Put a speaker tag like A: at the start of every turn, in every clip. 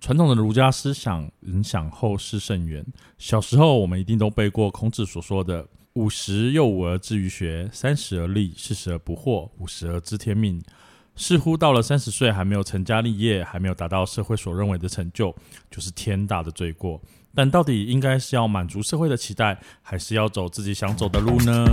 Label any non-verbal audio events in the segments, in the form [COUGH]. A: 传统的儒家思想影响后世甚远。小时候我们一定都背过孔子所说的“五十又五而志于学，三十而立，四十而不惑，五十而知天命”。似乎到了三十岁还没有成家立业，还没有达到社会所认为的成就，就是天大的罪过。但到底应该是要满足社会的期待，还是要走自己想走的路呢？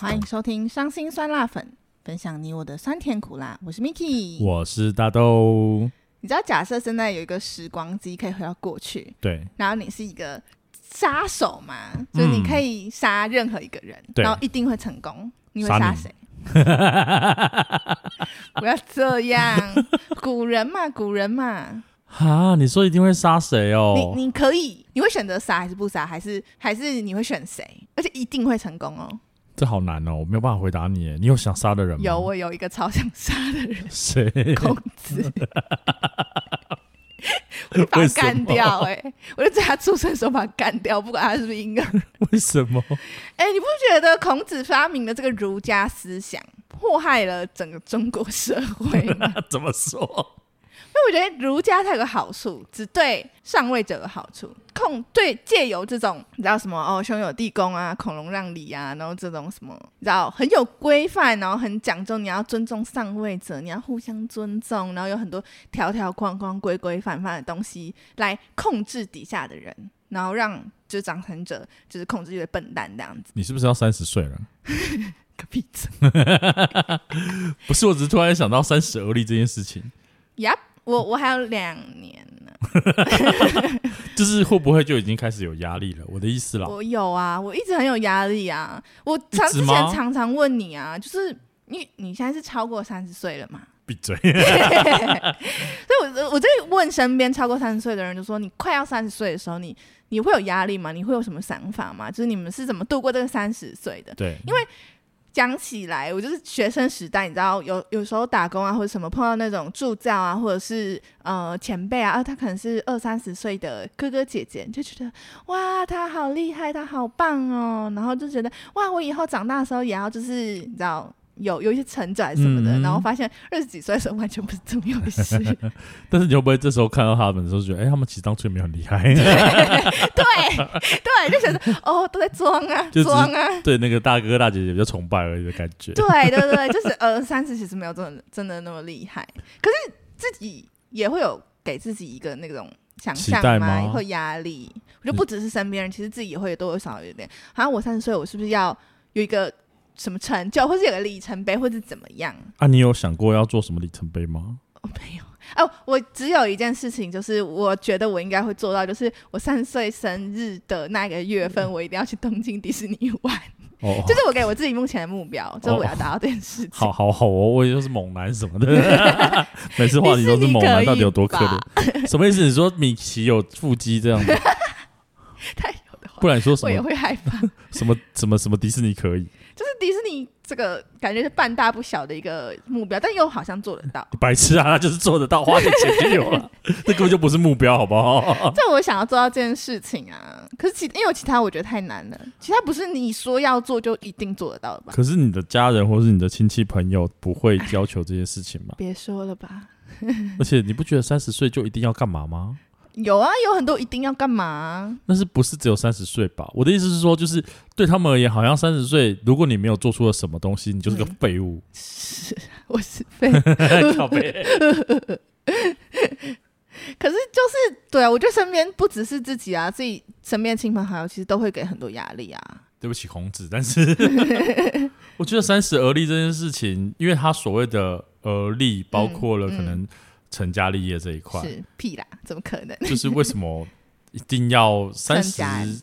B: 欢迎收听《伤心酸辣粉》，分享你我的酸甜苦辣。我是 Miki。
A: 我是大豆，
B: 你知道，假设现在有一个时光机可以回到过去，
A: 对 [LAUGHS]
B: 然后你是一个杀手嘛，就是你可以杀任何一个人，
A: 嗯对
B: 然后一定会成功。你会
A: 杀
B: 杀
A: 你
B: 谁？不要这样， [LAUGHS] 古人嘛，古人嘛，
A: 啊，你说一定会杀谁哦？
B: 你你可以，你会选择杀还是不杀，还是还是你会选谁？而且一定会成功哦。
A: 这好难哦，我没有办法回答你耶。你有想杀的人吗？
B: 有，我有一个超想杀的人， [LAUGHS]
A: 谁？
B: 孔子，
A: [LAUGHS]
B: 我就把
A: 为
B: 他
A: 什
B: 干
A: 么
B: 掉、哎，我就在他出生的时候把他干掉，不管他是不是婴儿。
A: 为什么？
B: 哎、你不觉得孔子发明的这个儒家思想祸害了整个中国社会吗？
A: [LAUGHS] 怎么说？
B: 那我觉得儒家它有个好处，只对上位者有好处，控对借由这种你知道什么哦，兄友弟恭啊，孔融让梨啊，然后这种什么你知道很有规范，然后很讲究，你要尊重上位者，你要互相尊重，然后有很多条条框框、规规范范的东西来控制底下的人，然后让就是掌权者就是控制一堆笨蛋这样子，
A: 你是不是要三十岁了？
B: 个屁子！
A: 不是，我只是突然想到三十而立这件事情，
B: 呀，我我还有两年呢，
A: 就是会不会就已经开始有压力了？我的意思啦，
B: 我有啊，我一直很有压力啊。我
A: 直
B: 常之前
A: 吗
B: 常常问你啊，就是你你现在是超过三十岁了嘛？ [LAUGHS]
A: 闭嘴。
B: 所以我我就问身边超过三十岁的人，就说你快要三十岁的时候，你你会有压力吗？你会有什么想法吗？就是你们是怎么度过这个三十岁的？
A: 对，
B: 讲起来，我就是学生时代，你知道，有有时候打工啊，或者什么，碰到那种助教啊，或者是呃前辈啊，啊，他可能是二三十岁的哥哥姐姐，你就觉得哇，他好厉害，他好棒哦，然后就觉得哇，我以后长大的时候也要就是你知道。有有一些成长什么的，
A: 嗯
B: 然后发现二十几岁的时候完全不是这么一回事，
A: 但是你会不会这时候看到他们的时候，觉得哎、他们其实当初也没有很厉害？
B: 对对，就觉得哦都在装啊
A: 就只是
B: 装啊，
A: [LAUGHS] 对，那个大哥大姐姐比较崇拜而已的感觉。
B: 对对对，就是呃，三十其实没有真的真的那么厉害，可是自己也会有给自己一个那种想
A: 期
B: 象
A: 待
B: 嘛，
A: 吗嗯
B: 会有压力。我觉得不只是身边人，其实自己也会多多少少有点，好像我三十岁，我是不是要有一个什么成就，或是有个里程碑，或是怎么样？
A: 啊，你有想过要做什么里程碑吗？
B: 我没有。哦，我只有一件事情，就是我觉得我应该会做到，就是我三十岁生日的那个月
A: 嗯
B: 份，我一定要去东京迪士尼
A: [LAUGHS]
B: 玩，
A: 哦，
B: 这是我给我自己目前的目标，就是我要达到这件事情。
A: 好好好哦，我也就是猛男什么的，
B: [LAUGHS]
A: 每次话题都是猛男，到底有多可怜？什么意思？你说米奇有腹肌这样子，
B: [LAUGHS] 太有的话
A: 不，然你说什
B: 我也
A: 么
B: 会害怕。
A: 什么什么什么迪士尼可以？
B: 就是迪士尼这个感觉是半大不小的一个目标，但又好像做得到。
A: 你白痴啊，他就是做得到，花点钱就有
B: [LAUGHS]
A: 了，这根本就不是目标，好不好？
B: 这我想要做到这件事情啊，可是其因为其他我觉得太难了，其他不是你说要做就一定做得到的吧？
A: 可是你的家人或是你的亲戚朋友不会要求这些事情吗？
B: 别说了吧，
A: 而且你不觉得三十岁就一定要干嘛吗？
B: 有啊，有很多一定要干嘛、 [LAUGHS]
A: 但是不是只有三十岁吧？我的意思是说，就是对他们而言，好像三十岁，如果你没有做出了什么东西，你就是个
B: 嗯
A: 废物。
B: 是我是非， [LAUGHS]
A: 靠背
B: 可是就是对啊，我觉得身边不只是自己啊，自己身边的亲朋好友其实都会给很多压力啊。
A: [LAUGHS] 对不起孔子，但
B: [LAUGHS]
A: 是我觉得三十而立这件事情，因为他所谓的而立，包括了可能成家立业这一块，
B: 嗯是屁啦，怎么可能？
A: 就是为什么一定要三十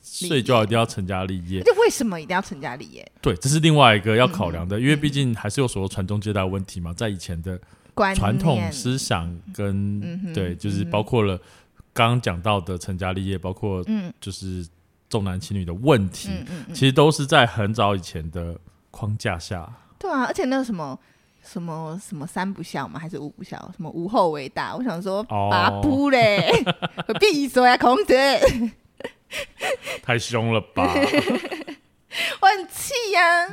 A: 岁就要一定要成家立业？
B: 就为什么一定要成家立业？
A: 对，这是另外一个要考量的，因为毕竟还是有所谓传宗接代问题嘛，在以前的
B: 观
A: 传统
B: 念
A: 思想跟、
B: 嗯哼
A: 对，就是
B: 嗯哼
A: 包括了刚刚讲到的成家立业，包括
B: 嗯
A: 就是重男轻女的问题，
B: 嗯嗯嗯
A: 其实都是在很早以前的框架下。
B: 对啊，而且那个什么什么什么三不孝嘛，还是五不孝？什么无后为大？我想说，
A: 哦
B: 拔不嘞， [LAUGHS] 闭嘴啊，孔子！ [LAUGHS]
A: 太凶了吧？
B: 我很气呀、因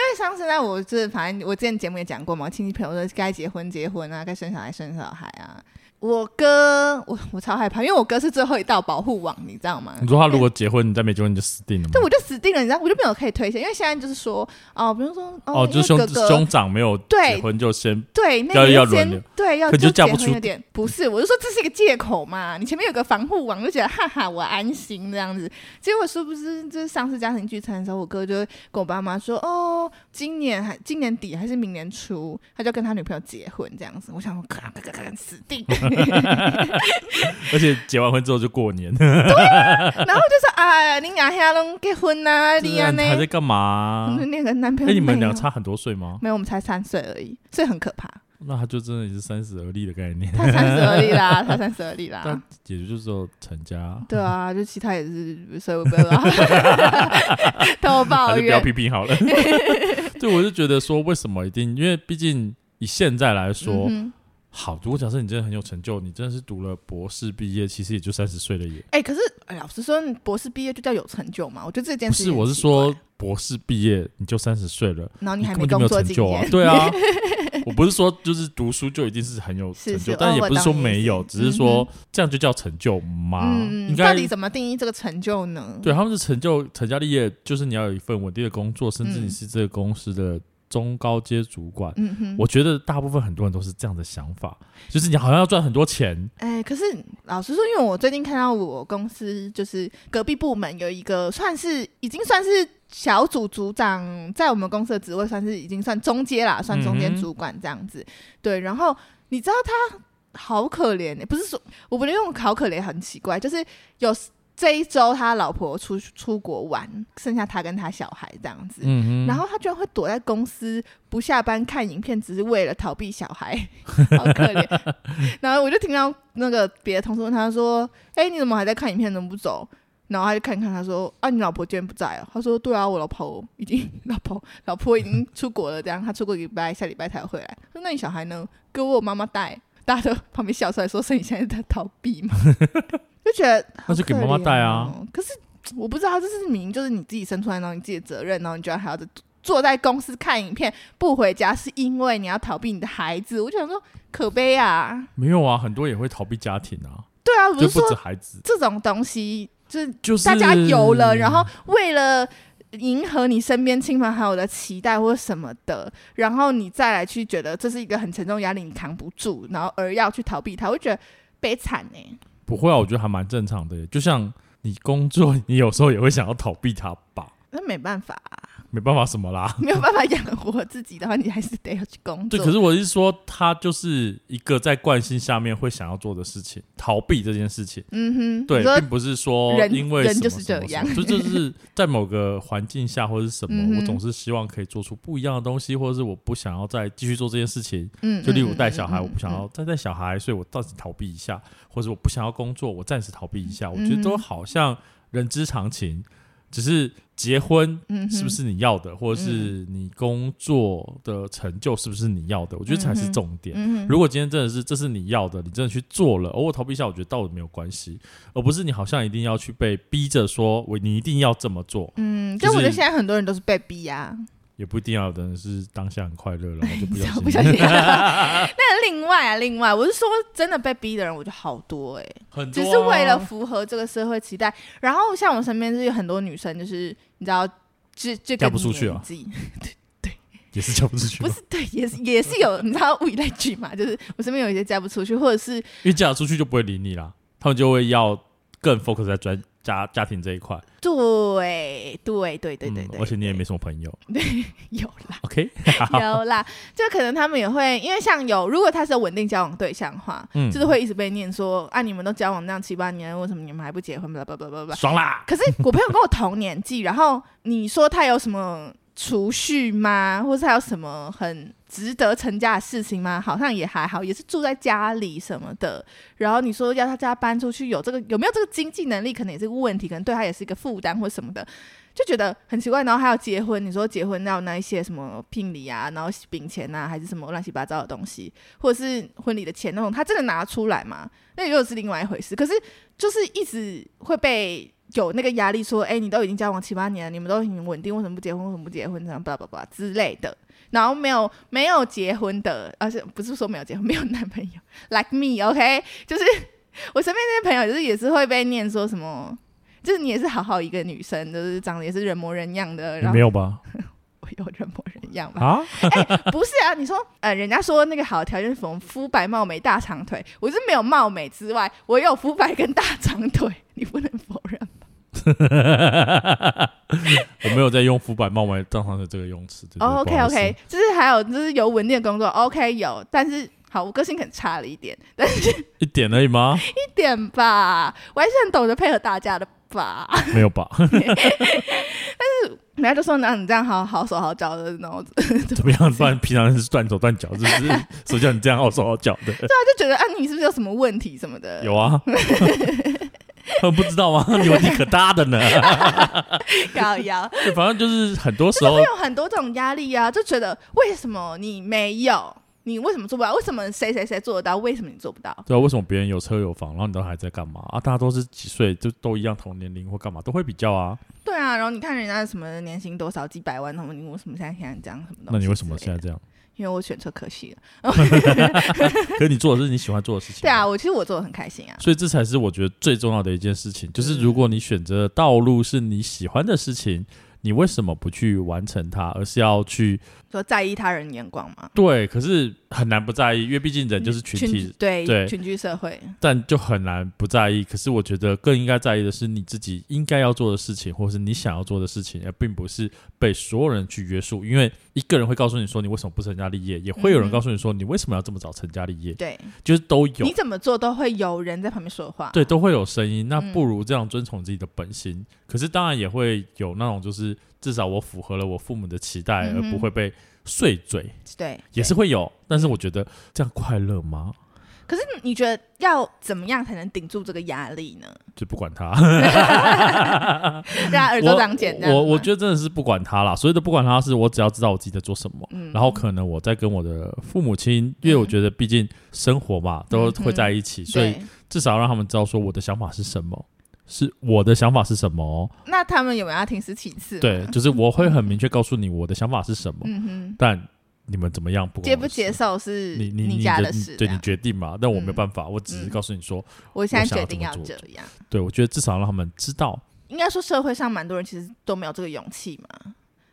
B: 为上次呢，我就是反正我之前节目也讲过嘛，亲戚朋友都是该结婚结婚啊，该生小孩生小孩啊。我哥，我我超害怕，因为我哥是最后一道保护网，你知道吗？
A: 你说他如果结婚，你再没结婚你就死定了吗
B: 对，？我就死定了，你知道，我就没有可以推卸，因为现在就是说，哦，比如说，
A: 哦，
B: 因
A: 就是
B: 为
A: 兄
B: 哥哥
A: 兄长没有
B: 对
A: 结婚就先
B: 对，那
A: 要
B: 个
A: 要
B: 先
A: 轮流
B: 对要
A: 可你就嫁不
B: 结
A: 出
B: 婚有点不是，我就说这是一个借口嘛，你前面有个防护网，就觉得哈哈我安心这样子。结果殊不知，就是上次家庭聚餐的时候，我哥就跟我爸妈说，哦，今年还今年底还是明年初，他就跟他女朋友结婚这样子。我想说，咔咔咔咔咔死定。 [LAUGHS]
A: 而且结完婚之后就过
B: [LAUGHS]
A: 年，
B: 然后我就说，啊，你阿兄拢结婚啦、啊，
A: [LAUGHS]
B: 你啊呢
A: 还？在干嘛、
B: [LAUGHS] 我说那个男朋
A: 哎、
B: 友，
A: 你们俩差很多岁吗？
B: 没有？我们才三岁而已，所以很可怕。
A: [LAUGHS] 那他就真的也是三十而立的概念，
B: 他三十而已啦，他三十而立啦。
A: 但也就是说成家，
B: [LAUGHS] 对啊，就其他也是，所以我不要
A: [LAUGHS]
B: 但我抱
A: 还是不要
B: 怨。
A: 批评好了。 [LAUGHS] 对，我就觉得说为什么一定？因为毕竟以现在来说，
B: 嗯哼
A: 好，如果假设你真的很有成就，你真的是读了博士毕业，其实也就三十岁了耶。
B: 哎、可是、哎老实说，你博士毕业就叫有成就嘛？我觉得这件
A: 不
B: 事
A: 是，
B: 情
A: 我
B: 很
A: 是
B: 奇怪，
A: 说博士毕业你就三十岁了，
B: 然后你还
A: 根本就没
B: 工
A: 有
B: 作
A: 成
B: 经
A: 就啊 [LAUGHS]
B: 验，。
A: 对
B: [LAUGHS]
A: 啊，我不是说就是读书就一定是很有成
B: 是
A: 就，
B: 是
A: 但
B: 哦
A: 也
B: 我
A: 不是
B: 懂
A: 说
B: 你
A: 没
B: 意思
A: 有，只是
B: 嗯哼
A: 说这样就叫成就吗？
B: 嗯，
A: 啊应
B: 到
A: 该
B: 底怎么定义这个成就呢？
A: 对他啊们是成就成家立业，就是你要有一份稳定的工作，甚至你
B: 嗯
A: 是这个公司的中高阶主管。
B: 嗯哼，
A: 我觉得大部分很多人都是这样的想法，就是你好像要赚很多钱，
B: 哎、可是老实说，因为我最近看到我公司就是隔壁部门有一个算是已经算是小组组长，在我们公司的职位算是已经算中阶啦，算中
A: 嗯
B: 间
A: 哼
B: 主管这样子。对，然后你知道他好可怜、欸，不是说我不能用好可怜很奇怪，就是有这一周他老婆出出国玩，剩下他跟他小孩这样子。
A: 嗯哼，
B: 然后他居然会躲在公司不下班看影片，只是为了逃避小孩，好可怜。然后我就听到那个别的同事问他说：“哎、你怎么还在看影片？怎么不走？”然后他就看一看，他说：“啊，你老婆今天不在哦。”他说：“对啊，我老婆已经老婆老婆已经出国了，这样她出国一个礼拜，下礼拜才回来。”他说：“那你小孩呢？给我妈妈带。”大家都旁边笑出来说：“所以你现在在逃避吗？” [LAUGHS] 就觉得
A: 那就给妈妈带啊
B: 好可怜哦。可是我不知道，这是明明就是你自己生出来，然后你自己的责任，然后你居然还要坐在公司看影片不回家，是因为你要逃避你的孩子。我就想说，可悲啊！
A: 没有啊，很多也会逃避家庭啊，
B: 对啊，我
A: 就是不
B: 说
A: 止孩子，
B: 这种东西，就是
A: 就是
B: 大家有了，然后为了。迎合你身边亲朋好友的期待或什么的，然后你再来去觉得这是一个很沉重的压力，你扛不住，然后而要去逃避它，我就觉得悲惨欸呢、
A: 不会啊，我觉得还蛮正常的耶，就像你工作， [LAUGHS] 你有时候也会想要逃避他吧，
B: 那没办法、
A: 没办法什么 [LAUGHS] 啦。
B: 没有办法养活自己的话，你还是得要去工
A: 对，
B: 作。
A: 可是我是说，他就是一个在惯性下面会想要做的事情，逃避这件事情。
B: 嗯哼，
A: 对
B: 你，说
A: 并不是说
B: 人
A: 因为
B: 人
A: 什么
B: 就是
A: 什么
B: 这
A: 什
B: 样
A: 么就就是在某个环境下或者是什么，
B: 嗯哼
A: 我总是希望可以做出不一样的东西，或者是我不想要再继续做这件事情。
B: 嗯，
A: 就例
B: 嗯
A: 如
B: 嗯
A: 带小孩，
B: 嗯
A: 我不想
B: 嗯
A: 要再带小孩，所以我暂时逃避一下，或者我不想要工作，我暂时逃避一下。我觉得都
B: 嗯哼
A: 好像人之常情，只是结婚
B: 嗯哼嗯
A: 是不是你要的，或者是你工作的成就是不是你要的，我觉得才
B: 嗯
A: 是
B: 哼
A: 重点。
B: 嗯哼
A: 如果今天真的是这是你要的，你真的去做了，偶尔逃避一下，我觉得倒也没有关系，而不是你好像一定要去被逼着说，我你一定要这么做，
B: 嗯，
A: 就
B: 但我觉得
A: 是
B: 现在很多人都是被逼呀、
A: 也不一定要有的人是当下很快乐，然后就不小
B: 我
A: 心，
B: [LAUGHS] 不小心。
A: [LAUGHS]
B: 啊那另外啊，另外，我是说真的被逼的人，我觉得好多哎、
A: 很多
B: 只
A: 啊
B: 是为了符合这个社会期待。然后像我身边就是有很多女生，就是你知道。这这个
A: 嫁不出去啊
B: 年纪，
A: 也是交不出去
B: 不
A: 嘛，
B: 是对，也是也是有，你知道物以类聚嘛，就是我身边有一些嫁不出去，或者是
A: 因为嫁出去就不会理你啦，他们就会要更 focus 在专家家庭这一块，
B: 对对对对对
A: 嗯
B: 对，
A: 而且你也
B: 对
A: 没什么朋友
B: [LAUGHS] 有啦，
A: ，OK，
B: 有啦，就可能他们也会，因为像有，如果他是有稳定交往对象的话，
A: 嗯
B: 就是会一直被念说啊，你们都交往那样七八年了，为什么你们还不结婚？巴拉巴拉巴拉巴拉。
A: 爽啦，
B: 可是我朋友跟我同年纪，然后你说他有什么储蓄吗？或是他有什么很值得成家的事情吗？好像也还好，也是住在家里什么的。然后你说要他家搬出去，有这个有没有这个经济能力，可能也是个问题，可能对他也是一个负担或什么的。就就觉得很奇怪。然后还有结婚，你说结婚要那一些什么聘礼啊，然后饼钱啊，还是什么乱七八糟的东西，或者是婚礼的钱那种，他真的拿出来吗？那又是另外一回事。可是就是一直会被有那个压力，说，哎、你都已经交往七八年了，你们都很稳定，为什么不结婚？为什么不结婚？这样巴拉巴拉之类的。然后没有没有结婚的，而、且不是说没有结婚，没 [LAUGHS] 有男朋友，like me，OK，、就是我身边那些朋友，就是也是会被念说什么，就是你也是好好一个女生，就是长得也是人模人样的，
A: 你
B: 然后
A: 没有吧？
B: 我 [LAUGHS] 有人模人样吧？
A: 啊， [LAUGHS]
B: [LAUGHS] 不是啊，你说呃，人家说那个好的条件是什么肤白貌美大长腿，我是没有貌美之外，我有肤白跟大长腿， [LAUGHS] 你不能否认。
A: 我没有在用浮板冒昧当成的这个用词。对对
B: 哦、o
A: 不
B: k
A: 好意思
B: OK，就是还有就是有稳定的工作，OK 有，但是好，我个性很差了一点，但是
A: 一点而已吗？
B: [LAUGHS] 一点吧，我还是很懂得配合大家的吧。
A: 没有吧？
B: 人家就说，那你这样好好手好脚的， [LAUGHS] 然后
A: 怎么样？不然平常是断手断脚，是不是？
B: [LAUGHS]
A: 谁叫你这样好手好脚的？
B: 他就觉得啊，你是不是有什么问题什么的？
A: 有
B: [LAUGHS]
A: 啊，他们不知道吗？你问题可大的呢。
B: 高腰，
A: 对反正就是很多时候
B: 会有很多这种压力啊，就觉得为什么你没有，你为什么做不到？为什么谁谁谁做得到，为什么你做不到？
A: 对啊，为什么别人有车有房，然后你都还在干嘛啊？大家都是几岁，就都一样同年龄或干嘛，都会比较啊。
B: 对啊，然后你看人家什么年薪多少几百万，他们你为什么现在现在这样什么东西？
A: 那你为什么现在？这样？
B: 因为我选车可惜了。
A: 可是你做的是你喜欢做的事情。
B: 对啊，。我其实我做的很开心啊。
A: 所以这才是我觉得最重要的一件事情，就是如果你选择的道路是你喜欢的事情，你为什么不去完成它，而是要去
B: 说在意他人眼光嘛，
A: 对？可是很难不在意，因为毕竟人就是群体，
B: 对
A: 对
B: 嗯群居社会。
A: 但就很难不在意。可是我觉得更应该在意的是你自己应该要做的事情，或是你想要做的事情，而并不是被所有人去约束。因为一个人会告诉你说你为什么不成家立业，也会有人
B: 嗯
A: 告诉你说你为什么要这么早成家立业，
B: 对，
A: 就是都有
B: 你。怎么做都会有人在旁边说话。
A: 对，都会有声音。那
B: 嗯
A: 不如这样遵从自己的本心。可是当然也会有那种，就是至少我符合了我父母的期待，
B: 嗯哼
A: 而不会被碎嘴，
B: 对，
A: 也是会有。但是我觉得这样快乐吗？
B: 可是你觉得要怎么样才能顶住这个压
A: [LAUGHS]
B: 力呢？
A: 就不管他。
B: 让他 [LAUGHS] 耳朵长茧这样子吗。
A: 我我我觉得真的是不管他啦，所谓的不管他是我只要知道我自己在做什么，
B: 嗯
A: 然后可能我在跟我的父母亲，因为我觉得毕竟生活嘛、都会在一起，所以
B: 嗯对
A: 至少让他们知道说我的想法是什么。是我的想法是什么哦？
B: 那他们有没有要听是其次？
A: 对，，就是我会很明确告诉你我的想法是什么，
B: 嗯哼，
A: 但你们怎么样不关
B: 接
A: 我
B: 不
A: 的事
B: 接？受是
A: 你你
B: 家
A: 的
B: 的
A: 你
B: 事。
A: 对
B: 这
A: 你
B: 样
A: 决定嘛？但我没有
B: 嗯
A: 办法，我只是
B: 嗯
A: 告诉你说，
B: 我现在
A: 我想要
B: 决定
A: 这
B: 要
A: 么
B: 这
A: 做
B: 样。
A: 对我觉得至少让他们知道
B: 应该说社会上蛮多人其实都没有这个勇气嘛，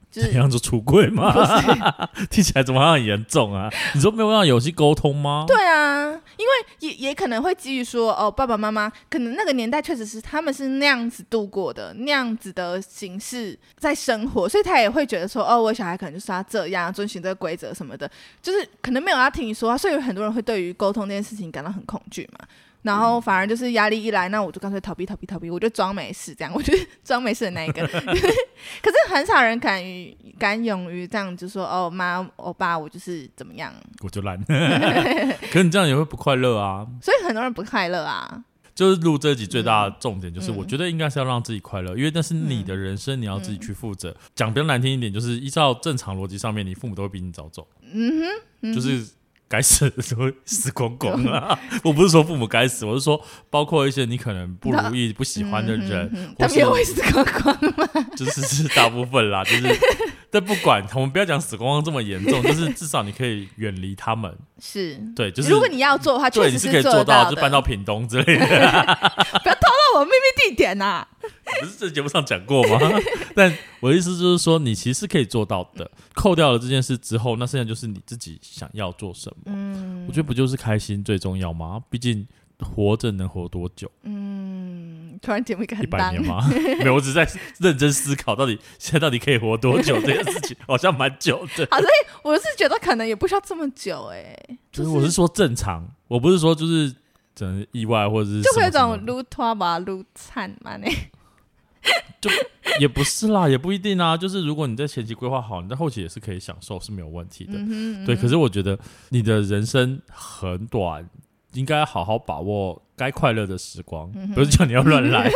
B: 就
A: 怎
B: 是
A: 样就出柜嘛。
B: [LAUGHS] 不是
A: 听起来怎么好像很严重啊？你说没有让游戏沟通吗？
B: 对啊，因为也也可能会基于说，哦，爸爸妈妈可能那个年代确实是他们是那样子度过的，那样子的形式在生活，所以他也会觉得说，哦，我小孩可能就是要这样遵循这个规则什么的，就是可能没有要听你说话，所以有很多人会对于沟通这件事情感到很恐惧嘛。然后反而就是压力一来，那我就干脆逃避逃避逃避，我就装没事这样，我就是 [LAUGHS] 装没事的那一个。 [LAUGHS] 可是很少人敢于敢勇于这样就说哦妈我爸我就是怎么样，
A: 我就 [LAUGHS] 烂。可是你这样也会不快乐啊。
B: 所以很多人不快乐啊。
A: 就是录这集最大的重点，就是
B: 嗯
A: 我觉得应该是要让自己快乐，因为那是你的人生，你要自己
B: 嗯
A: 去负责。讲比较难听一点，就是依照正常逻辑上面，你父母都会比你早走，
B: 嗯哼，嗯哼
A: 就是该死的时候死光光啊！
B: 嗯
A: [LAUGHS] 我不是说父母该死，我是说包括一些你可能不如意、不喜欢的人，
B: 嗯嗯嗯
A: 或
B: 他
A: 是
B: 们也会死光光。
A: 就是是大部分啦，就是。
B: [LAUGHS]
A: 但不管我们不要讲死光光这么严重，就是至少你可以远离他们。
B: 是，
A: [LAUGHS] 对，就是
B: 如果你要做的话，确
A: [LAUGHS] 对，
B: 实
A: 你可以
B: 做
A: 做
B: 得到
A: 到，
B: 的。
A: 就搬到屏东之
B: [LAUGHS]
A: 类的。
B: 那我秘密地点啊呐、
A: 不是这节目上讲过吗？ [LAUGHS] 但我的意思就是说，你其实是可以做到的。
B: 嗯
A: 扣掉了这件事之后，那剩下就是你自己想要做什么。
B: 嗯
A: 哦我觉得不就是开心最重要吗？毕竟活着能活多久？
B: 嗯，突然节目一个
A: 一
B: 很
A: 百
B: 当
A: 年吗？
B: [LAUGHS]
A: [LAUGHS] 没有，我只是在认真思考，到底现在到底可以活多久这件事情，好像蛮久的。
B: 我是觉得可能也不需要这么久哎、
A: 就是我是说正常，我不是说就是真的意外或者是
B: 就会有一
A: 什么什
B: 种
A: 么
B: 撸拖把撸惨嘛呢。
A: 也不是啦，也不一定啊。就是如果你在前期规划好，你在后期也是可
B: 嗯
A: 以享受，是没有问题的。
B: 嗯哼，
A: 对，
B: 嗯哼
A: 可是我觉得你的人生很短，应该好好把握该快乐的时光，
B: 嗯
A: 不是叫你要乱
B: [LAUGHS]
A: 来，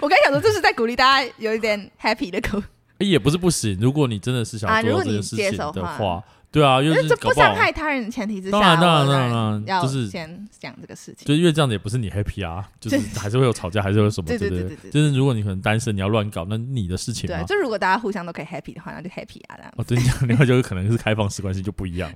B: 我刚才想说，这是在鼓励大家有一点 happy 的口，
A: 也不是不行。如果你真的是想
B: 啊如
A: 做
B: 果
A: 这件
B: 你
A: 事
B: 接
A: 情
B: 受
A: 的
B: 话
A: 话，对啊，又
B: 但是
A: 是
B: 这
A: 搞
B: 不
A: 不好
B: 伤，害他人的前提之下，
A: 当然当然
B: 我
A: 当然
B: 要
A: 就是
B: 先讲这个事情。
A: 就因为这样子也不是你 happy
B: [LAUGHS]
A: 啊，就是还是会有吵架，还是会有什么，
B: 对
A: 对
B: 对
A: 不
B: 对对对
A: 就是如果你可能单身，你要乱搞，那你的事情
B: 对啊
A: 嘛，。
B: 就如果大家互相都可以 happy 的话，那就 happy 啊，这样。
A: 哦，对，这样另外就是可能是开放式关系就不一
B: [LAUGHS]
A: 样，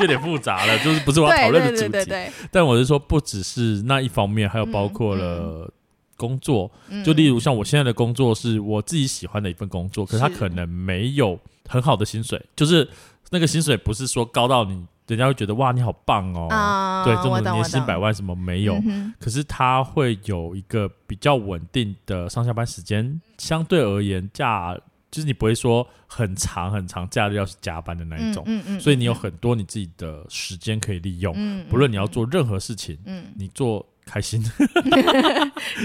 A: 有点复杂了，就是不是我哦啊要讨
B: 对
A: 论的
B: 对
A: 主题。
B: 对对对，
A: 但我是说，不只是那一方面，还有包括
B: 嗯
A: 了工作，就例
B: 如
A: 如像我现在的工作是我自己喜欢的一份工作，可是它
B: 是
A: 可能没有很好的薪水，就是那个薪水不是说高到你人家会觉得哇你好棒哦，
B: 啊，
A: 对，这
B: 我
A: 种
B: 懂嗯
A: 年薪百
B: 万
A: 万什么没有，可是它会有一个比较稳定的上下班时间，相对而言假就是你不会说很长很长假日要去加班的那一种，
B: 嗯嗯，
A: 所以你有很多你自己的时间可以利用，
B: 嗯，
A: 不论你要做任何事情，
B: 嗯，
A: 你做开
B: [LAUGHS]
A: 心，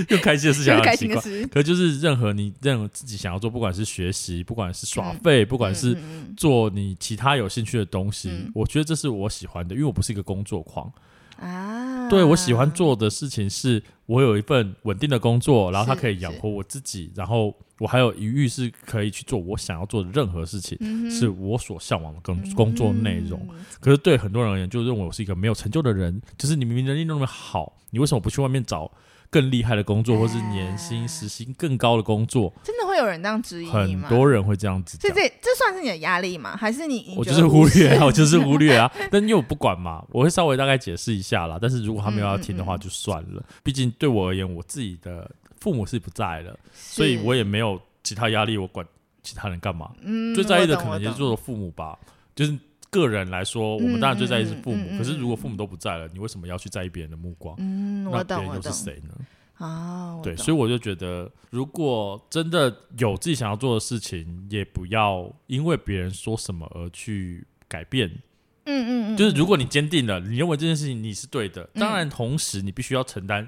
A: 又开心的事情
B: 就
A: 好像
B: 是开
A: 很
B: 心
A: 奇
B: 的
A: 怪。
B: 事，
A: 可就是任何你任何自己想要做，不管是学习，不管是耍废，不
B: 不
A: 管是
B: 嗯
A: 做你其他有兴趣的东西，
B: 嗯
A: 我觉得这是我喜欢的，因为我不是一个工作狂。
B: 嗯啊，
A: 对我喜欢做的事情是，我有一份稳定的工作，然后它
B: 是
A: 可以养
B: 是
A: 活我自己，然后我还有余裕是可以去做我想要做的任何事情，
B: 嗯哼，
A: 是我所向往的工工作内容。
B: 嗯
A: 可是对很多人而言，就认为我是一个没有成就的人，就是你明明能力那么好，你为什么不去外面找更厉害的工作，或是年薪
B: 啊
A: 时薪更高的工作？
B: 真的会有人这样质疑你
A: 很
B: 吗？
A: 多人会这样子
B: 所
A: 讲
B: 以。这这算是你的压力吗？还是你
A: 我就是忽略啊，
B: 啊？
A: 我就是
B: [LAUGHS]
A: 忽略啊。但因为我不管嘛，我会稍微大概解释一下啦。但是如果他们要听的话，
B: 嗯嗯嗯
A: 就算了。毕竟对我而言，我自己的父母是不在了，所
B: 所
A: 以我也没有其他压力，我管其他人干嘛？
B: 嗯
A: 最在意的
B: 我懂
A: 可能也
B: 我
A: 是
B: 懂嗯
A: 做父母吧，就是个人来说，我们当然最在意是父母。
B: 嗯嗯嗯嗯
A: 可是如果父母都不在了，你为什么要去在意别人的目光？
B: 嗯，
A: 那
B: 我
A: 别
B: 懂
A: 人
B: 我
A: 又是
B: 懂
A: 谁呢？
B: 啊，我
A: 对，
B: 懂
A: 所以我就觉得，如果真的有自己想要做的事情，也不要因为别人说什么而去改变。
B: 嗯嗯嗯，
A: 就是
B: 嗯
A: 如果你坚定了，你认为这件事情你是对的，
B: 嗯
A: 当然同时你必须要承担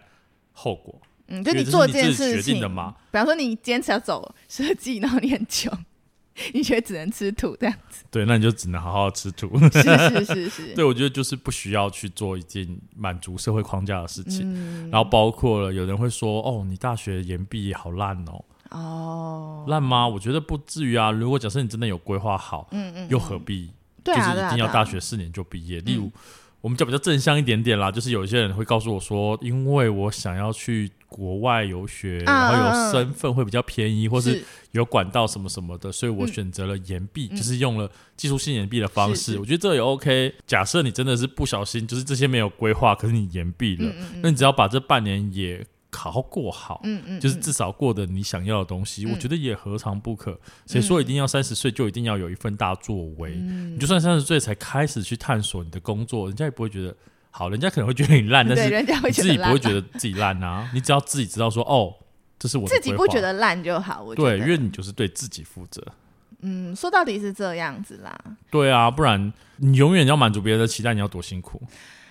A: 后果。
B: 嗯，就
A: 觉
B: 你
A: 得
B: 做
A: 这
B: 这
A: 是你
B: 件
A: 自己
B: 事
A: 决定
B: 情
A: 的嘛
B: 比方说你坚持要走设计，然后你很穷，你觉得只能吃土这样，
A: 对，那你就只能好好吃土。 [LAUGHS]
B: 是是是是，
A: 对，我觉得就是不需要去做一件满足社会框架的事情。
B: 嗯，
A: 然后包括了有人会说，哦，你大学研毕好烂哦，
B: 哦，
A: 烂吗？我觉得不至于啊。如果假设你真的有规划好，
B: 嗯嗯，
A: 又何必
B: 对啊，
A: 就
B: 对
A: 是
B: 啊
A: 一定要
B: 对啊嗯
A: 大学四年就毕业？例如，我们讲比较正向一点点啦，就是有一些人会告诉我说，因为我想要去国外游学，
B: 啊
A: 然
B: 啊
A: 后
B: 啊
A: 有身份会比较便宜，或是
B: 嗯是
A: 有管道什么什么的，所以我
B: 嗯
A: 选择了延毕，
B: 嗯
A: 就是用了技术性延毕的方
B: 是
A: 式。
B: 是
A: 我觉得这也 OK。假设你真的是不小心，就是这些没有规划，可是你延毕了，
B: 嗯嗯
A: 那你只要把这半年也好好过好，
B: 嗯嗯，
A: 就是
B: 嗯
A: 至少过得你想要的东西，
B: 嗯
A: 我觉得也何尝不可？谁说一定要三十岁就一定要有一份大作为？
B: 嗯
A: 你就算三十岁才开始去探索你的工作，人家也不会觉得好，人家可能会觉得你烂，但
B: [LAUGHS] 对，
A: 是
B: 人家会
A: 你
B: 觉
A: 自
B: 得
A: 己不会
B: 烂
A: 觉
B: 啊
A: 得自己烂啊。你只要自己知道说，哦，这是我的
B: 自己
A: 规
B: 不
A: 划
B: 觉得烂就好，我觉
A: 对，
B: 得
A: 因为你就是对自己负责。
B: 嗯，说到底是这样子啦，
A: 对啊，不然你永远要满足别人的期待，你要多辛苦，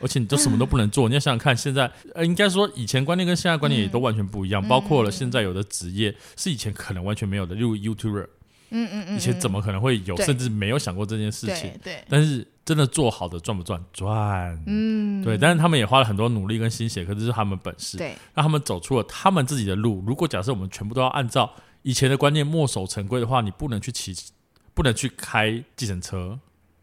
A: 而且你都什么都不能
B: 嗯
A: 做。你要想想看，现在呃，应该说以前观念跟现在观念也都完全不一
B: 嗯
A: 样，包括了现在有的职业是以前可能完全没有的，例如 YouTuber，
B: 嗯嗯嗯，
A: 以前怎
B: 么
A: 么可能会有，
B: 对
A: 甚至没有想过这件事情
B: 对。对，
A: 但是真的做好的赚不赚？赚，
B: 嗯，
A: 对。但是他们也花了很多努力跟心血，可是这是他们本事，
B: 对，
A: 让他们走出了他们自己的路。如果假设我们全部都要按照以前的观念墨守成规的话，你不能去骑，不能去开计程车，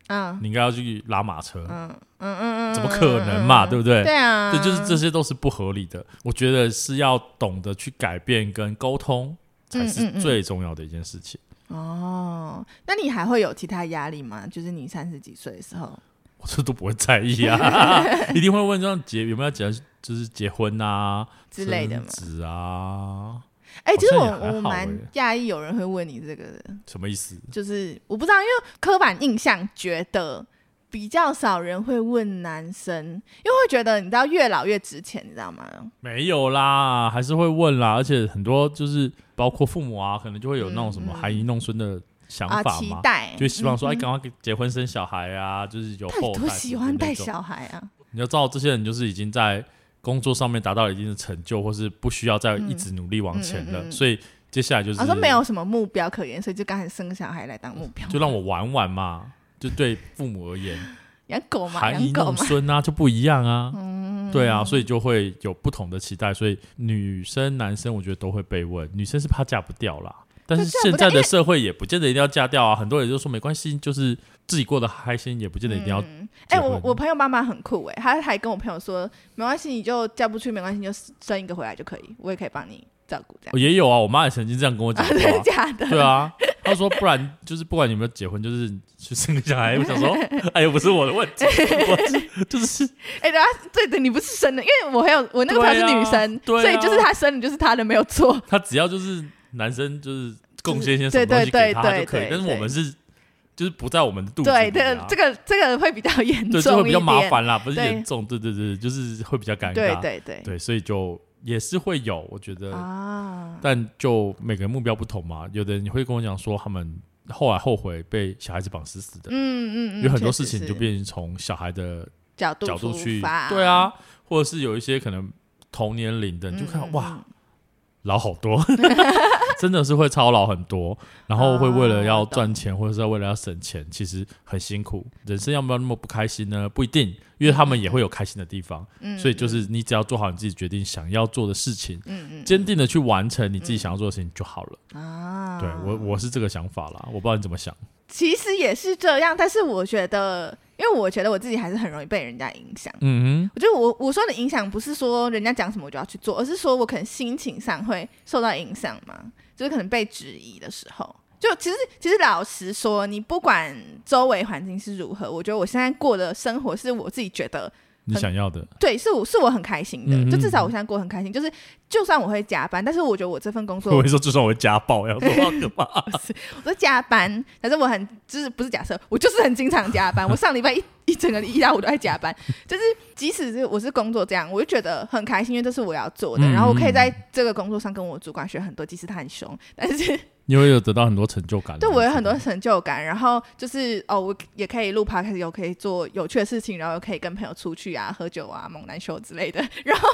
B: 嗯
A: 你应该要去拉马车，
B: 嗯嗯嗯嗯，
A: 怎么可能嘛？对
B: 不
A: 不对？
B: 对啊，
A: 这就是这些都是不合理的。我觉得是要懂得去改变跟沟通，才
B: 嗯嗯
A: 是
B: 嗯
A: 最重要的一件事情。 [LAUGHS]
B: 哦，那你还会有其他压力吗？就是你三十几岁的时候，
A: 我这都不会在意啊，
B: [LAUGHS]
A: 一定会问这样结有没有结，就是结婚啊
B: 之类的嘛
A: 生子啊，
B: 哎、其实
A: 好
B: 我
A: 像也还
B: 我
A: 好
B: 蛮
A: 欸
B: 讶异有人会问你这个的，
A: 什么意思？
B: 就是我不知道，因为刻板印象觉得比较少人会问男生，因为会觉得你知道越老越值钱，你知道吗？
A: 没有啦，还是会问啦，而且很多就是包括父母啊，可能就会有那种什么
B: 嗯嗯
A: 含饴弄孙的想
B: 啊，
A: 法
B: 期
A: 嘛，
B: 待
A: 就希望说哎，
B: 嗯
A: 赶快结婚生小孩啊，就是有
B: 到底
A: 后代。
B: 多喜欢带。小孩啊？
A: 你要知道，这些人就是已经在工作上面达到一定的成就，或是不需要再一直努力往前了，
B: 嗯嗯嗯嗯
A: 所以接下来就是、
B: 我、啊说没有什么目标可言，所以就刚才生小孩来当目标，
A: 就让我玩玩嘛。就对父母而言，
B: 养狗嘛，
A: 含
B: 养
A: 饴
B: 狗
A: 弄
B: 嘛，
A: 孙啊，就不一样啊。
B: 嗯，
A: 对啊，所以就会有不同的期待，所以女生、男生我觉得都会被问，女生是怕嫁不掉啦。但是
B: 嫁不
A: 现
B: 掉
A: 在
B: 因为
A: 的社会也不见得一定要嫁掉啊，很多人就说没关系，就是自己过得开心，也不见得一定要。
B: 嗯哎、
A: 结
B: 我
A: 婚
B: 我朋友妈妈很酷哎、她还跟我朋友说，没关系，你就嫁不出去，没关系，你就生一个回来就可以，我也可以帮你照顾这样。
A: 哦也有啊，我妈也曾经这样跟我讲过、
B: [LAUGHS] 真的
A: 啊。
B: 假的？
A: 对啊，她说不然就是不管你有没有结婚，就是去生个小
B: [LAUGHS]
A: 孩。我想说，哎呦，不是我的问题， [LAUGHS] 我就是
B: 哎、等下，对的，你不是生的，因为我还有我那个朋友是女生，
A: 对啊
B: 所
A: 对
B: 以
A: 啊
B: 就是她生的，就是她的没有错。
A: 她只要就是男生就是贡献一些什么东西
B: 对对
A: 给她
B: 对
A: 她就可以
B: 对，
A: 但是我
B: 对
A: 们是就是不在我们的肚子里、啊。
B: 对，这个这个这个会比较严重
A: 对，
B: 一点，
A: 就会比较麻烦啦，不是
B: 对
A: 严重，对对对，就是会比较尴尬，
B: 对对对
A: 对所以就也是会有，我觉得，
B: 啊，
A: 但就每个人目标不同嘛，有的人会跟我讲说他们后来后悔被小孩子绑死死的，
B: 嗯嗯嗯，
A: 有很多
B: 确
A: 事
B: 实
A: 情就是变成从小孩的
B: 角度
A: 角度
B: 出
A: 去，
B: 发
A: 对，啊，或者是有一些可能同年龄的，你就看、
B: 嗯
A: 哇，，老好多， [LAUGHS] 真的是会操劳很多，然后会为了
B: 哦
A: 要赚钱，或者是为了要省钱，其实很辛苦。人生要不要那么不开心呢？不一定，因为他们也会有开心的地方。
B: 嗯嗯
A: 所以就是你只要做好你自己决定想要做的事情，
B: 嗯
A: 坚定的去完成你自己想要做的事情就好了。
B: 嗯啊，
A: 对我我是这个想法啦，我不知道你怎么想。
B: 其实也是这样，但是我觉得，因为我觉得我自己还是很容易被人家影响。
A: 嗯
B: 我觉得我我说的影响不是说人家讲什么我就要去做，而是说我可能心情上会受到影响嘛，就是可能被质疑的时候。就其实其实老实说，你不管周围环境是如何，我觉得我现在过的生活是我自己觉
A: 哼，
B: 得
A: 你想要的，
B: 对，是我是我很开心的，
A: 嗯哼
B: 就至少我现在过得很开心。就是就算我会加班，但是我觉得我这份
A: [LAUGHS]
B: 工作
A: 我会说就算我家暴，要说好可怕。
B: 我说加班，但是我很就是不是假设，我就是很经常加班。我上礼拜一一整个一到五都在加班，就是即使是我是工作这样，我就觉得很开心，因为这是我要做的。
A: 嗯
B: 然后我可以在这个工作上跟我主管学很多，即使他很凶， [LAUGHS] 但是
A: 你会有得到很多成就感的。
B: 对我有很多成就感。然后就是哦，我也可以录 p o d 又可以做有趣的事情，然后又可以跟朋友出去啊、喝酒啊、猛男秀之类的。然后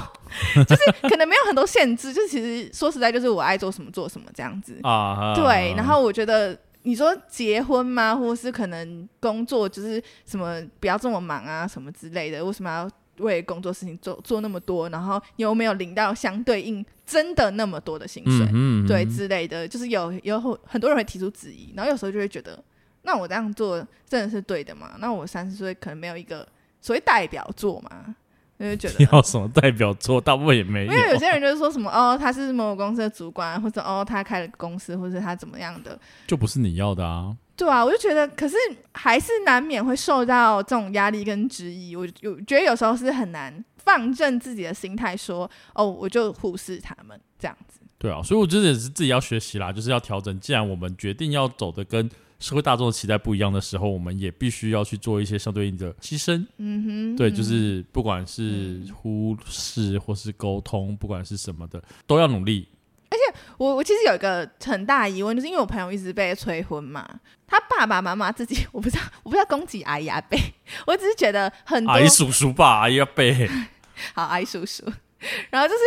B: 就是可能没有很多限制，就是其实说实在，就是我爱做什么做什么这样子。
A: 啊，
B: 对，然后我觉得你说结婚吗，或是可能工作就是什么不要这么忙啊，什么之类的，为什么要为工作事情做做那么多？然后你有没有领到相对应真的那么多的薪水？
A: 嗯 [LAUGHS]
B: 对之类的，就是有有很很多人会提出质疑，然后有时候就会觉得，那我这样做真的是对的吗？那我三十岁可能没有一个所谓代表作嘛，就会觉得
A: 要什么代表作，大部分也没有。
B: 因为有些人就是说什么哦，他是某某公司的主管，或者哦他开了公司，或者他怎么样的，
A: 就不是你要的啊。
B: 对啊，我就觉得，可是还是难免会受到这种压力跟质疑。我有觉得有时候是很难放正自己的心态说，哦，我就忽视他们这样子。
A: 对啊，所以我觉得也是自己要学习啦，就是要调整。既然我们决定要走的跟社会大众的期待不一样的时候，我们也必须要去做一些相对应的牺牲。
B: 嗯哼，
A: 对，
B: 嗯
A: 就是不管是忽视或是沟通，不管是什么的，都要努力。
B: 我我其实有一个很大疑问，就是因为我朋友一直被催婚嘛，他爸爸妈妈自己 [LAUGHS] 我不知道，我不知道攻击阿姨阿伯， [LAUGHS] 我只是觉得很多
A: 阿姨叔叔吧，阿姨要背。
B: 好阿姨叔叔， [LAUGHS] 然后就是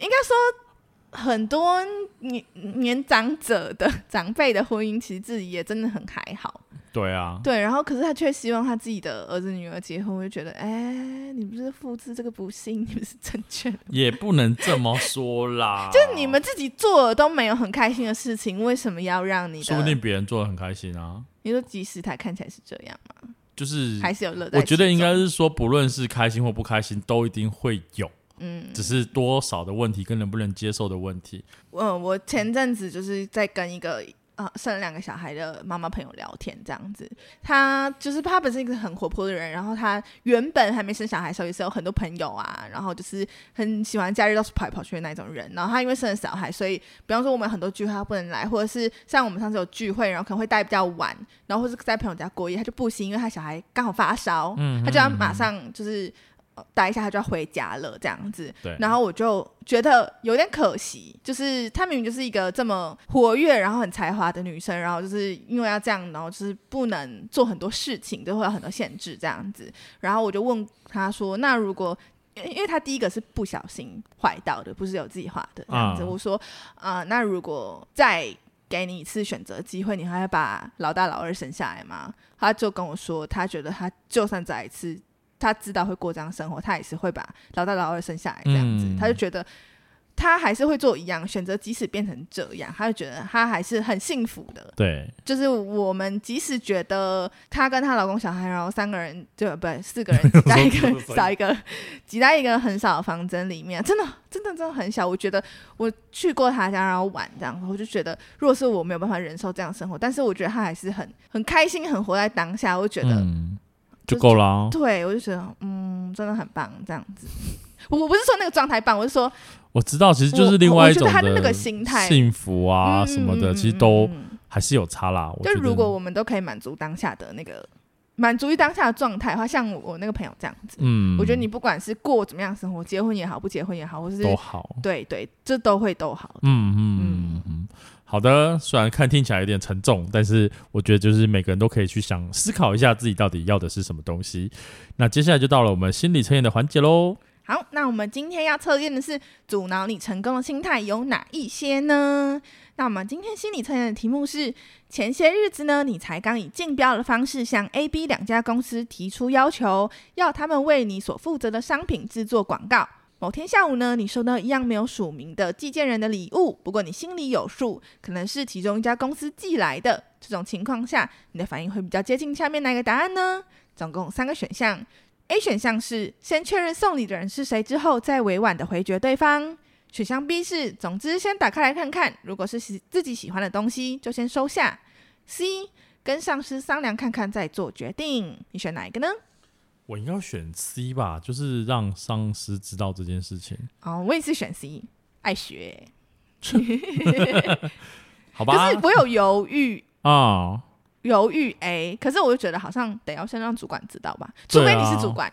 B: 应该说。很多年年长者的长辈的婚姻，其实自己也真的很还好。
A: 对啊，
B: 对，然后可是他却希望他自己的儿子女儿结婚，我就觉得，哎，你不是复制这个不幸，你们是正确的。 [LAUGHS]
A: 也不能这么说啦。
B: 就是你，们自己做都没有很开心的事情，为什么要让你的？
A: 说不定别人做的很开心啊。
B: 你说即使他看起来是这样嘛，
A: 就是
B: 还是有乐在
A: 我觉得
B: 其
A: 应该
B: 中，
A: 是说，不论是开心或不开心，都一定会有，
B: 嗯
A: 只是多少的问题跟能不能接受的问题。
B: 嗯，我前阵子就是在跟一个。啊，生了两个小孩的妈妈朋友聊天，这样子，她就是她本身一个很活泼的人，然后她原本还没生小孩的时候也是有很多朋友啊，然后就是很喜欢假日到处跑来跑去的那种人。然后她因为生了小孩，所以比方说我们很多聚会她不能来，或者是像我们上次有聚会，然后可能会待比较晚，然后或是在朋友家过夜，她就不行，因为她小孩刚好发烧，
A: 嗯
B: 她就要马上就是、呃待一下，她就要回家了这样子。
A: 对，
B: 然后我就觉得有点可惜，就是她明明就是一个这么活跃，然后很才华的女生，然后就是因为要这样，然后就是不能做很多事情，都会有很多限制这样子。然后我就问她说：“那如果……”因为因为她第一个是不小心坏到的，不是有计划的这样子。
A: 啊
B: 我说：“啊、那如果再给你一次选择机会，你还会把老大老二生下来吗？”他就跟我说，他觉得他就算再一次，他知道会过这样生活，他也是会把老大老二生下来这样子。
A: 嗯
B: 他就觉得他还是会做一样选择，即使变成这样，他就觉得他还是很幸福的。
A: 对，
B: 就是我们即使觉得她跟她老公、小孩，然后三个人就不对四
A: [LAUGHS]
B: 个人挤在一个少一个， [LAUGHS] 挤在一个很小的房间里面，真的真的真的很小。我觉得我去过她家，然后玩这样子，我就觉得，如果是我没有办法忍受这样的生活，但是我觉得她还是很 [LAUGHS] 很开心，很活在当下。我就觉得，
A: 嗯，
B: 就
A: 就够了哦。
B: 对我就觉得，嗯，真的很棒，这样子。 [LAUGHS] 我我不是说那个状态棒，我是说
A: 我知道，其实就是
B: 我
A: 另外一种
B: 我觉得他的那个心态
A: 幸福啊
B: 嗯
A: 什么的，
B: 嗯
A: 其实都
B: 嗯嗯嗯
A: 还是有差啦。我
B: 就
A: 觉得
B: 如果我们都可以满足当下的那个，满足于当下的状态的话，像我我那个朋友这样子，
A: 嗯，
B: 我觉得你不管是过怎么样的生活，结婚也好，不结婚也好，或是
A: 都好。
B: 对对，这都会都好。
A: 嗯嗯嗯嗯，好的。虽然看听起来有点沉重，但是我觉得就是每个人都可以去想思考一下自己到底要的是什么东西。那接下来就到了我们心理测验的环节喽。
B: 好，那我们今天要测验的是阻挠你成功的心态有哪一些呢？那我们今天心理测验的题目是：前些日子呢，你才刚以竞标的方式向 A、B 两家公司提出要求，要他们为你所负责的商品制作广告。某天下午呢，你收到一样没有署名的寄件人的礼物，不过你心里有数，可能是其中一家公司寄来的。这种情况下，你的反应会比较接近下面哪个答案呢？总共三个选项，A 选项是先确认送礼的人是谁之后，再委婉的回绝对方。选项 B 是，总之先打开来看看，如果是喜自己喜欢的东西，就先收下。C 跟上司商量看看再做决定，你选哪一个呢？
A: 我应该选 C 吧，就是让上司知道这件事情，
B: 哦，我也是选 C，爱学。
A: 好
B: 可
A: 吧
B: 是？我有犹豫，
A: 啊，
B: 犹豫 A，可是我就觉得好像得要先让主管知道吧，除
A: 对啊
B: 非你是主管。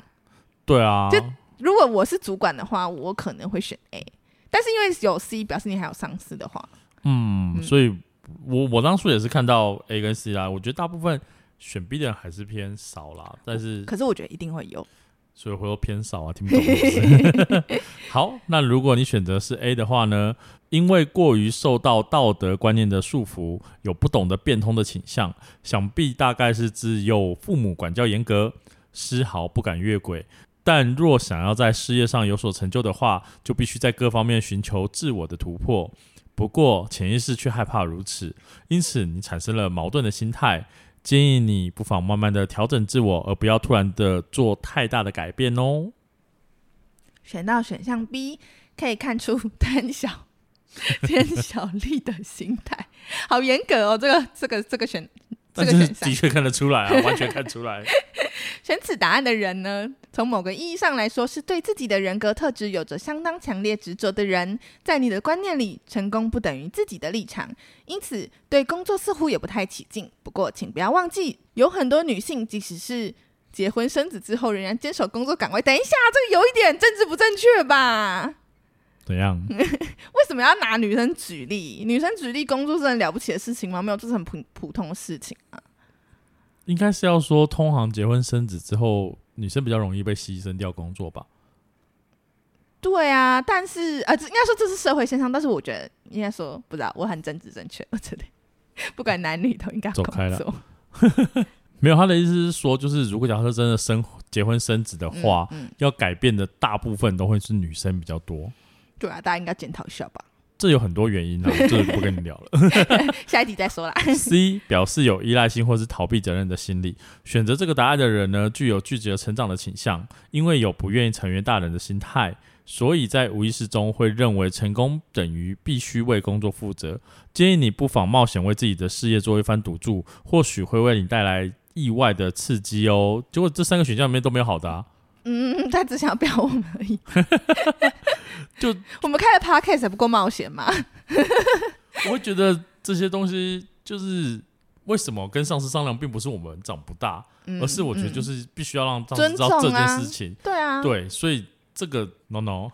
A: 对啊，
B: 就如果我是主管的话，我可能会选 A，但是因为有 C，表示你还有上司的话，
A: 嗯，
B: 嗯
A: 所以我我当初也是看到 A 跟 C 啦，我觉得大部分选 B 的人还是偏少啦，但是
B: 可是我觉得一定会有。
A: 所以我说偏少啊，听不懂是不是。好，那如果你选择是 A 的话呢，因为过于受到道德观念的束缚，有不懂得变通的倾向，想必大概是自幼父母管教严格，丝毫不敢越轨。但若想要在事业上有所成就的话，就必须在各方面寻求自我的突破。不过潜意识却害怕如此，因此你产生了矛盾的心态。建议你不妨慢慢的调整自我，而不要突然的做太大的改变哦。
B: 选到选项 B，可以看出 [LAUGHS] 贪小偏小利的心态，好严格哦。这个这个这个选这
A: 但
B: 个
A: 是
B: 选
A: 的
B: 项
A: 确看得出来啊，完全看出
B: [LAUGHS]
A: 来。
B: 选此答案的人呢，从某个意义上来说，是对自己的人格特质有着相当强烈执着的人。在你的观念里，成功不等于自己的立场，因此对工作似乎也不太起劲。不过，请不要忘记，有很多女性即使是结婚生子之后，仍然坚守工作岗位。等一下，这个有一点政治不正确吧？
A: 怎样？
B: 为什么要拿女生举例？女生举例工作是很了不起的事情吗？没有，这是很普普通的事情啊。
A: 应该是要说，通常结婚生子之后，女生比较容易被牺牲掉工作吧？
B: 对啊，但是呃，这应该说这是社会现象，但是我觉得应该说不知道，我很政治正确，我觉得 [LAUGHS] 不管男女都应该
A: 走
B: 工
A: 开了
B: 作。
A: 没有，他的意思是说，就是如果假设真的生结婚生子的话，
B: 嗯，嗯，
A: 要改变的大部分都会是女生比较多。
B: 对啊，大家应该检讨一下吧，
A: 这有很多原因啊，这不跟你聊了。
B: 下一题再说啦。 [LAUGHS]
A: C 表示有依赖性或是逃避责任的心理。选择这个答案的人呢，具有拒绝成长的倾向，因为有不愿意成为大人的心态，所以在无意识中会认为成功等于必须为工作负责。建议你不妨冒险为自己的事业做一番赌注，或许会为你带来意外的刺激哦。结果这三个选项里面都没有好的、啊，
B: 嗯，他只想表我们而已。
A: [LAUGHS] 就
B: 我们开的 podcast 还不够冒险吗？
A: 我会觉得这些东西就是。为什么跟上司商量，并不是我们长不大，
B: 嗯
A: 哦而是我觉得就、
B: 嗯
A: 是必须要让上司
B: 尊
A: 知道这
B: 重
A: 件
B: 啊
A: 事情，
B: 对啊，
A: 对，所以这个 no no。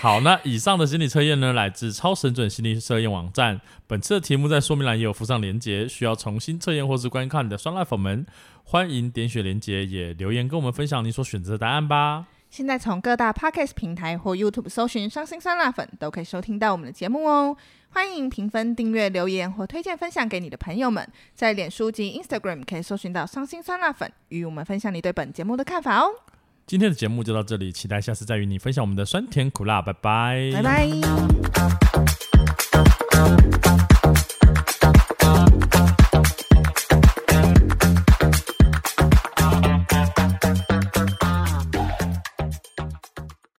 A: 好，那以上的心理测验呢，来自超神准心理测验网站。本次的题目在说明栏也有附上连结，需要重新测验或是观看的酸辣粉们，欢迎点选连结，也留言跟我们分享你所选择的答案吧。
B: 现在从各大 podcast 平台或 YouTube 搜寻“伤心酸辣粉”，都可以收听到我们的节目哦。欢迎评分、订阅、留言或推荐分享给你的朋友们。在脸书及 Instagram 可以搜寻到“伤心酸辣粉”，与我们分享你对本节目的看法哦。
A: 今天的节目就到这里，期待下次再与嗯你分享我们的酸甜苦辣，拜拜，
B: 拜拜。